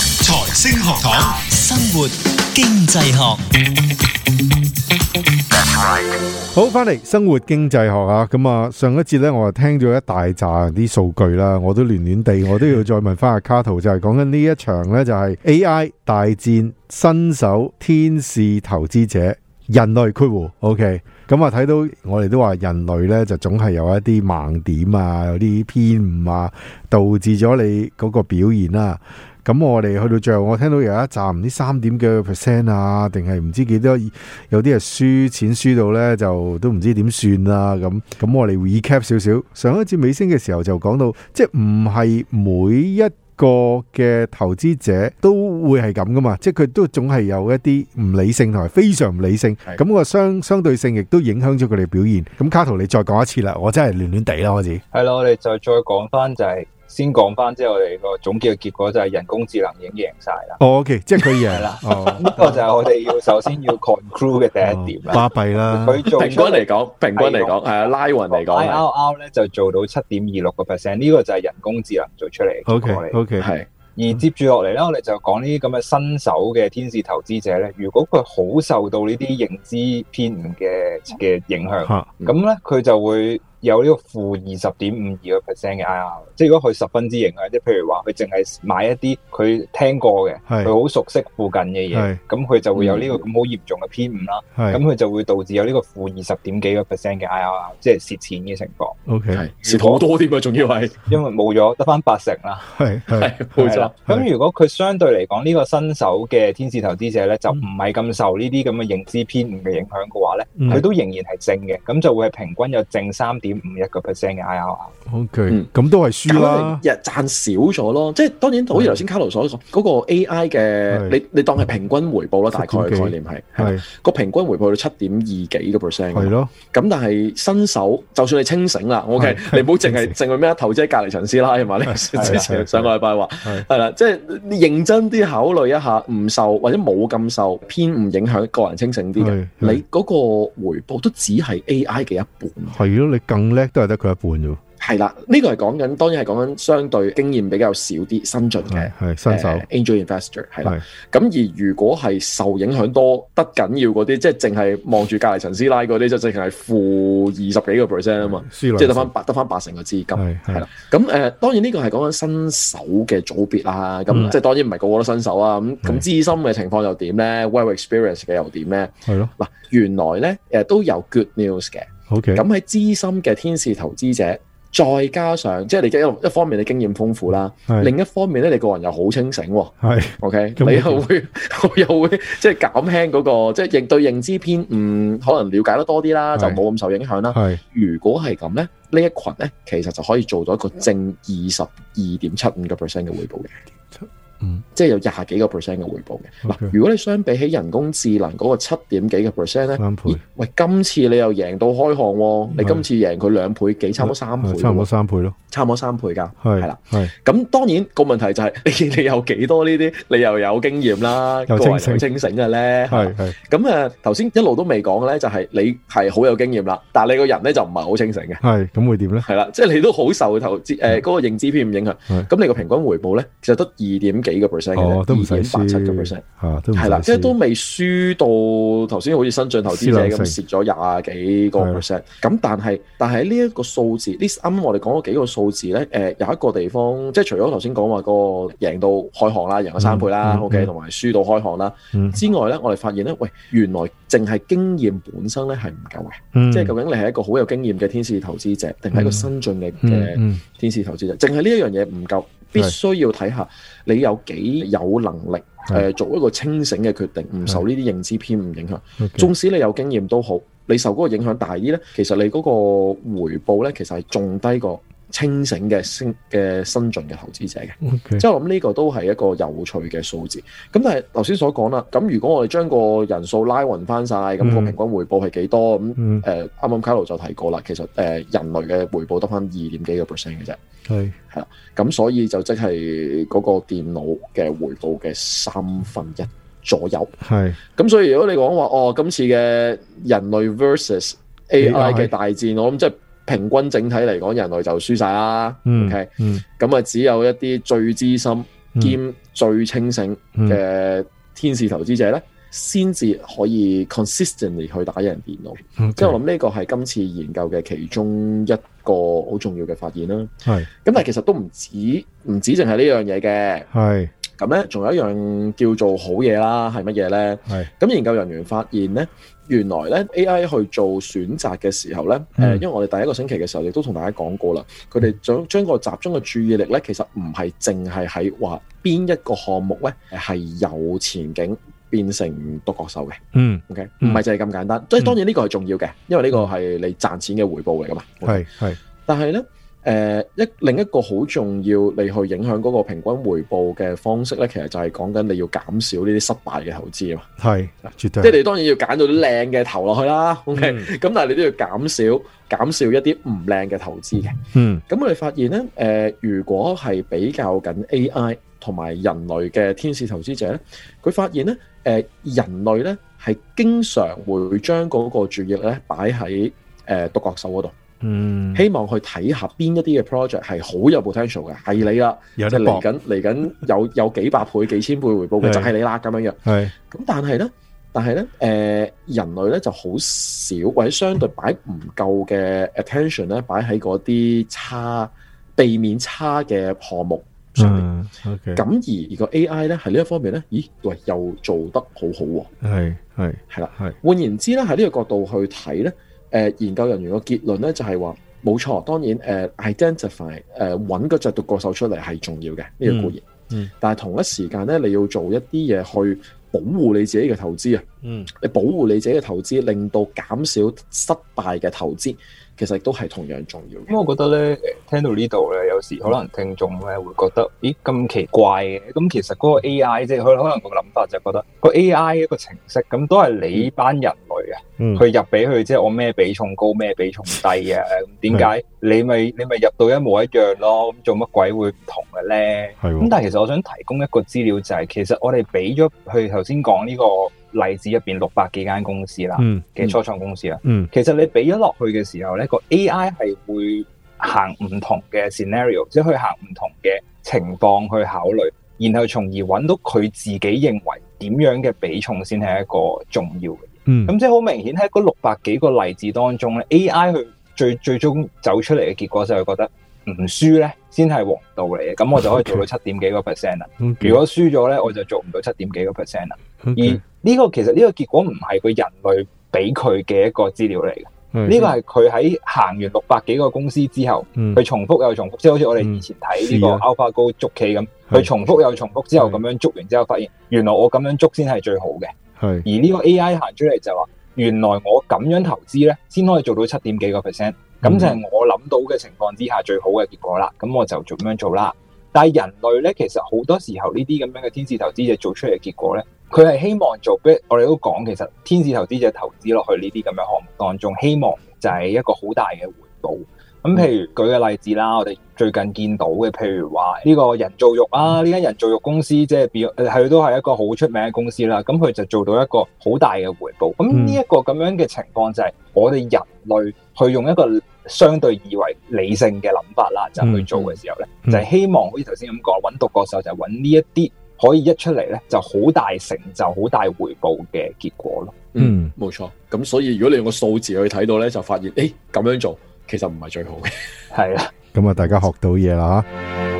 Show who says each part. Speaker 1: 星學堂，
Speaker 2: 生活經濟學，
Speaker 3: 好，翻嚟生活經濟學啊，咁啊，上一節咧，我啊聽咗一大紮啲數據啦，我都亂亂地，我都要再問翻阿卡圖，就係講緊呢一場咧，就係 AI 大戰新手天使投資者人類括弧，OK，咁啊睇到我哋都話人類咧就總係有一啲盲點啊，有啲偏誤啊，導致咗你嗰個表現啦、咁我哋去到最後，我聽到有一站唔知三點幾個 percent 啊，定係唔知幾多，有啲係輸錢輸到呢，就都唔知點算啦。咁咁我哋 recap 少少，上一節尾聲嘅時候就講到，即係唔係每一個嘅投資者都會係咁噶嘛，即係佢都總係有一啲唔理性同埋非常唔理性，
Speaker 1: 係
Speaker 3: 咁個相相對性亦都影響咗佢哋表現。咁卡圖你再講一次啦，我真係亂亂地啦，我自己
Speaker 4: 係啦，我哋就再講翻就係、先講翻，即係我哋個總結嘅結果就係人工智能已經贏晒啦。
Speaker 3: 哦，OK，即係佢贏
Speaker 4: 係啦
Speaker 5: 嗯
Speaker 3: 哦，
Speaker 4: 呢個就係我哋要首先要 conclude 嘅第一點啦。
Speaker 3: 巴閉啦，
Speaker 4: 佢 做
Speaker 5: 平均
Speaker 4: 出
Speaker 5: 嚟嗯講，平均嚟講，係啊，拉匀嚟講
Speaker 4: IRR 咧就做到七點二六個 percent，呢個就係人工智能做出嚟嘅結
Speaker 3: OK
Speaker 4: 果嚟。
Speaker 3: OK
Speaker 5: 係。係
Speaker 4: 而接住落嚟咧，我哋就講呢啲咁嘅新手嘅天使投資者咧，如果佢好受到呢啲認知偏誤嘅嘅影響，
Speaker 3: 嚇
Speaker 4: 嗯咁咧佢就會有呢個負二十點五二個 percent 嘅 IR，即係如果佢十分之影響，即係譬如話佢淨係買一啲佢聽過嘅，
Speaker 3: 係
Speaker 4: 佢好熟悉附近嘅嘢，
Speaker 3: 係
Speaker 4: 咁佢就會有呢個咁好嚴重嘅偏誤啦，咁
Speaker 3: 係
Speaker 4: 佢就會導致有呢個負二十點幾個 percent 嘅 IR，即係蝕錢嘅情況，
Speaker 3: ，OK，
Speaker 5: 係蝕好多添啊，仲要係
Speaker 4: 因為冇咗得翻八成啦。
Speaker 3: 係係
Speaker 5: 係冇
Speaker 4: 係啦
Speaker 5: 錯，
Speaker 4: 咁如果佢相對嚟講呢個新手嘅天使投資者咧，就唔係咁受呢啲咁嘅認知偏誤嘅影響嘅話咧，
Speaker 3: 嗯
Speaker 4: 佢都仍然係正嘅，咁就會係平均有正三點五一個 percent 嘅 IRR。
Speaker 3: ，OK，
Speaker 5: 嗯
Speaker 3: 咁都係輸啦，
Speaker 5: 日賺少咗咯，即係當然，好似頭先卡羅所講嗰個 AI
Speaker 3: 係
Speaker 5: 嘅，你你當係平均回報啦，大概
Speaker 3: 7.幾
Speaker 5: 嘅概念係係
Speaker 3: 係
Speaker 5: 個平均回報到七點二幾個 percent 㗎嘛
Speaker 3: 係咯，
Speaker 5: 咁但係新手，就算你清醒啦，OK，你唔好淨係淨係咩啊投資喺隔離陳師奶係嘛？你
Speaker 3: 係
Speaker 5: 之
Speaker 3: 係
Speaker 5: 前上個禮拜話
Speaker 3: 係
Speaker 5: 係啦，即係你認真啲考慮一下，唔受或者冇咁受偏誤影響，個人清醒啲
Speaker 3: 係係
Speaker 5: 嘅，你嗰個回報都只係 AI 嘅一半。
Speaker 3: 係咯，你更叻都係得佢一半啫
Speaker 5: 係啦，呢個係講緊，當然係講緊相對經驗比較少啲新進
Speaker 3: 喎，
Speaker 5: 嘅
Speaker 3: 係係嗯新手
Speaker 5: 呃 angel investor 係啦。
Speaker 3: 係
Speaker 5: 咁而如果係受影響多得緊要嗰啲，即係淨係望住隔離陳師奶嗰啲，就淨係負二十幾個 percent 啊嘛。
Speaker 3: 輸兩
Speaker 5: 即係得翻八得翻八成嘅資金，
Speaker 3: 嗯係係
Speaker 5: 係啦。咁誒、呃，當然呢個係講緊新手嘅組別啦。咁、
Speaker 3: 嗯
Speaker 5: 即係當然唔係個個都新手啊。咁
Speaker 3: 係
Speaker 5: 咁資深嘅情況又點咧？Well experience 嘅又點咧？
Speaker 3: 係咯
Speaker 5: 嗱，原來咧誒都有 good news 嘅。
Speaker 3: ，OK，
Speaker 5: 咁喺資深嘅天使投資者，再加上即係你一一方面你經驗豐富啦，
Speaker 3: 係
Speaker 5: 另一方面咧你個人又好清醒喎。
Speaker 3: 係
Speaker 5: OK，
Speaker 3: 咁
Speaker 5: 你
Speaker 3: 你點
Speaker 5: 又會 又會即係減輕嗰、個即係認對認知偏誤，可能了解得多啲啦，
Speaker 3: 係
Speaker 5: 就冇咁受影響啦。
Speaker 3: 係
Speaker 5: 如果係咁咧，呢一群咧其實就可以做到一個正二十二點七五個 percent 嘅回報嘅，
Speaker 3: 嗯
Speaker 5: 即係有廿幾個 percent 嘅回報嘅。嗱
Speaker 3: OK
Speaker 5: 如果你相比起人工智能嗰個七點幾個 percent 咧，
Speaker 3: 三倍
Speaker 5: 咦，喂，今次你又贏到開項喎，你
Speaker 3: 係
Speaker 5: 今次贏佢兩倍幾，差唔多三倍
Speaker 3: 係
Speaker 5: 喎，
Speaker 3: 差唔多三倍咯，
Speaker 5: 差唔多三倍㗎。
Speaker 3: 係
Speaker 5: 係啦，
Speaker 3: 係
Speaker 5: 咁當然個問題就係、 你你有幾多呢啲，你又有經驗啦，
Speaker 3: 又
Speaker 5: 個
Speaker 3: 清
Speaker 5: 人
Speaker 3: 醒
Speaker 5: 又清醒嘅咧，
Speaker 3: 係係
Speaker 5: 咁誒，頭先一路都未講嘅咧，就係你係好有經驗啦，但係你個人咧就唔係好清醒嘅。
Speaker 3: 係，咁會點咧？
Speaker 5: 係啦，即係你都好受投資誒嗰個認知偏誤影
Speaker 3: 嗯係
Speaker 5: 響，咁你個平均回報咧，其實得二點幾個 percent 嘅
Speaker 3: 哦，都唔
Speaker 5: 啫，
Speaker 3: 使
Speaker 5: 二點八七個 percent，
Speaker 3: 輸嚇，都唔
Speaker 5: 係啦，即
Speaker 3: 使
Speaker 5: 係都
Speaker 3: 輸，
Speaker 5: 未輸到頭先好似新進投資者咁蝕咗廿幾個 percent，咁但係但係呢一個數字，呢啱我哋講咗幾個數字咧，誒、有一個地方，即係除咗頭先講話個贏到開行啦，贏咗三倍啦、
Speaker 3: 嗯嗯
Speaker 5: o k
Speaker 3: 嗯
Speaker 5: 同埋輸到開行啦
Speaker 3: 嗯
Speaker 5: 之外咧，我哋發現咧，喂，原來淨係經驗本身咧係唔夠嘅。
Speaker 3: 嗯
Speaker 5: 即係究竟你係一個好有經驗嘅天使投資者，定係一個新進嘅
Speaker 3: 嗯
Speaker 5: 嘅
Speaker 3: 嗯
Speaker 5: 天使投資者？淨係呢一樣嘢唔夠，必須要睇下你有幾有能力誒、
Speaker 3: 係
Speaker 5: 做一個清醒嘅決定，唔受呢啲認知偏誤影響。
Speaker 3: ，OK，
Speaker 5: 縱使你有經驗都好，你受嗰個影響大啲咧，其實你嗰個回報咧，其實係仲低過清醒嘅新嘅新進嘅投資者嘅。
Speaker 3: OK，
Speaker 5: 即係我諗呢個都係一個有趣嘅數字。咁但係頭先所講啦，咁如果我哋將個人數拉勻翻晒，咁、個
Speaker 3: 嗯
Speaker 5: 平均回報係幾多？咁
Speaker 3: 嗯
Speaker 5: 誒啱啱卡路就提過啦，其實誒、呃人類嘅回報得翻二點幾個 percent 嘅啫，
Speaker 3: 係
Speaker 5: 咁所以就即係嗰個電腦嘅回報嘅三分一左右。
Speaker 3: 係
Speaker 5: 咁所以如果你講話哦，今次嘅人類 versus AI 嘅大戰，我諗即係平均整體嚟講，人類就輸晒啦。
Speaker 3: 嗯
Speaker 5: OK，
Speaker 3: 嗯
Speaker 5: 咁啊只有一啲最資深。
Speaker 3: 嗯
Speaker 5: 兼最清醒
Speaker 3: 嗯
Speaker 5: 嘅天使投資者咧，先至可以 consistently 去打贏電腦。即係我諗呢個係今次研究嘅其中一個好重要嘅發現啦。
Speaker 3: 係
Speaker 5: 咁但係其實都唔止唔止淨係呢樣嘢嘅。
Speaker 3: 係
Speaker 5: 咁咧，仲有一樣叫做好嘢啦，係乜嘢咧？
Speaker 3: 係
Speaker 5: 咁研究人員發現咧，原來咧 AI 去做選擇嘅時候咧，誒、呃
Speaker 3: 嗯
Speaker 5: 因為我哋第一個星期嘅時候亦都同大家講過啦，佢哋將將個集中嘅注意力咧，其實唔係淨係喺話邊一個項目咧係有前景變成獨角獸嘅。
Speaker 3: 嗯
Speaker 5: OK，唔
Speaker 3: 嗯
Speaker 5: 係就係咁簡單，即係當然呢個係重要嘅，因為呢個係你賺錢嘅回報嚟噶嘛。
Speaker 3: 係係
Speaker 5: 但係咧，誒、一另一個好重要，你去影響嗰個平均回報嘅方式咧，其實就係講緊你要減少呢啲失敗嘅投資啊嘛。
Speaker 3: 係絕
Speaker 5: 即
Speaker 3: 對
Speaker 5: 係你當然要揀到啲靚嘅投落去啦，OK，
Speaker 3: 嗯
Speaker 5: 咁、但係你都要減少減少一啲唔靚嘅投資嘅。
Speaker 3: 嗯
Speaker 5: 咁我哋發現咧，誒、如果係比較緊 AI 同埋人類嘅天使投資者咧，佢發現咧，誒、人類咧係經常會將嗰個注意力咧擺喺誒獨角獸嗰度，
Speaker 3: 嗯
Speaker 5: 希望去睇下邊一啲嘅 project 係好有 potential 嘅，係你啦，
Speaker 3: 有
Speaker 5: 即係
Speaker 3: 得
Speaker 5: 嚟
Speaker 3: 搏
Speaker 5: 緊嚟緊 有有幾百倍、幾千倍回報嘅
Speaker 3: 係
Speaker 5: 就係你啦咁樣樣。
Speaker 3: 係
Speaker 5: 咁但係咧，但係咧，誒、人類咧就好少或者相對擺唔夠嘅 attention 咧，擺喺嗰啲差避免差嘅項目上面。
Speaker 3: 嗯 OK
Speaker 5: 咁、而而個 AI 咧喺呢一方面咧，咦喂又做得好好、喎，
Speaker 3: 係係
Speaker 5: 係啦。
Speaker 3: 係
Speaker 5: 換言之咧，喺呢個角度去睇咧，誒、研究人員個結論咧就係話。冇錯，當然誒、identify 誒揾嗰只獨角獸出嚟係重要嘅，呢、個固然。
Speaker 3: 嗯嗯
Speaker 5: 但係同一時間咧，你要做一啲嘢去保護你自己嘅投資啊。
Speaker 3: 嗯
Speaker 5: 你保護你自己嘅投資，令到減少失敗嘅投資，其實都係同樣重要嘅。
Speaker 4: 咁我覺得咧，誒聽到呢度咧，有時可能聽眾咧會覺得，咦咁奇怪嘅，咁其實嗰個
Speaker 3: 嗯
Speaker 4: AI 即係佢可能個諗法就覺得個 AI 一個程式，咁都係你班人類啊，
Speaker 3: 嗯
Speaker 4: 佢入俾佢即係我咩比重高，咩比重低啊，咁
Speaker 3: 嗯
Speaker 4: 點解你咪你咪入到一模一樣咯？咁做乜鬼會唔同嘅咧？
Speaker 3: 係
Speaker 4: 咁
Speaker 3: 喎
Speaker 4: 但係其實我想提供一個資料就係、其實我哋俾咗佢頭先講呢個例子入邊六百幾間公司啦
Speaker 3: 嗯
Speaker 4: 嘅初創公司啦。
Speaker 3: 嗯
Speaker 4: 其實你俾咗落去嘅時候咧，個 AI 係會行唔同嘅 scenario，即係去行唔同嘅情況去考慮，然後從而揾到佢自己認為點樣嘅比重先係一個重要嘅。
Speaker 3: 嗯
Speaker 4: 咁即係好明顯喺嗰六百幾個例子當中咧，AI 佢最最終走出嚟嘅結果就係覺得唔輸咧先係王道嚟嘅，咁我就可以做到七點幾個 percent 啦。
Speaker 3: OK，
Speaker 4: 如果輸咗咧，我就做唔到七點幾個 percent 啦。而
Speaker 3: OK，
Speaker 4: 呢個其實呢個結果唔係個人類俾佢嘅一個資料嚟嘅。
Speaker 3: 係
Speaker 4: 呢個係佢喺行完六百幾個公司之後，
Speaker 3: 嗯
Speaker 4: 佢重複又重複，即係好似我哋以前睇呢個
Speaker 3: 嗯是啊
Speaker 4: AlphaGo 捉棋咁，
Speaker 3: 係
Speaker 4: 佢重複又重複之後
Speaker 3: 係
Speaker 4: 咁樣捉完之後，發現原來我咁樣捉先係最好嘅。
Speaker 3: 係
Speaker 4: 而呢個 AI 行出嚟就話，原來我咁樣投資咧，先可以做到七點幾個 percent，咁
Speaker 3: 嗯
Speaker 4: 就係我諗到嘅情況之下最好嘅結果啦。咁我就咁樣做啦。但係人類咧，其實好多時候呢啲咁樣嘅天使投資者做出嚟嘅結果咧，佢係希望做，比我哋都講，其實天使投資者投資落去呢啲咁嘅項目當中，希望就係一個好大嘅回報。咁
Speaker 3: 嗯
Speaker 4: 譬如舉個例子啦，我哋最近見到嘅，譬如話呢個人造肉啊，
Speaker 3: 嗯
Speaker 4: 呢間人造肉公司即係表係都係一個好出名嘅公司啦。咁佢就做到一個好大嘅回報。咁
Speaker 3: 嗯
Speaker 4: 呢一個咁樣嘅情況就係我哋人類去用一個相對以為理性嘅諗法啦，就去做嘅時候咧，
Speaker 3: 嗯
Speaker 4: 就係希望好似頭先咁講，揾獨角獸就係揾呢一啲可以一出嚟咧就好大成就、好大回報嘅結果咯。
Speaker 3: 嗯
Speaker 5: 冇錯。咁所以如果你用個數字去睇到咧，就發現誒咁樣做其實唔係最好嘅。
Speaker 4: 係啦。
Speaker 3: 咁啊，大家學到嘢啦吓。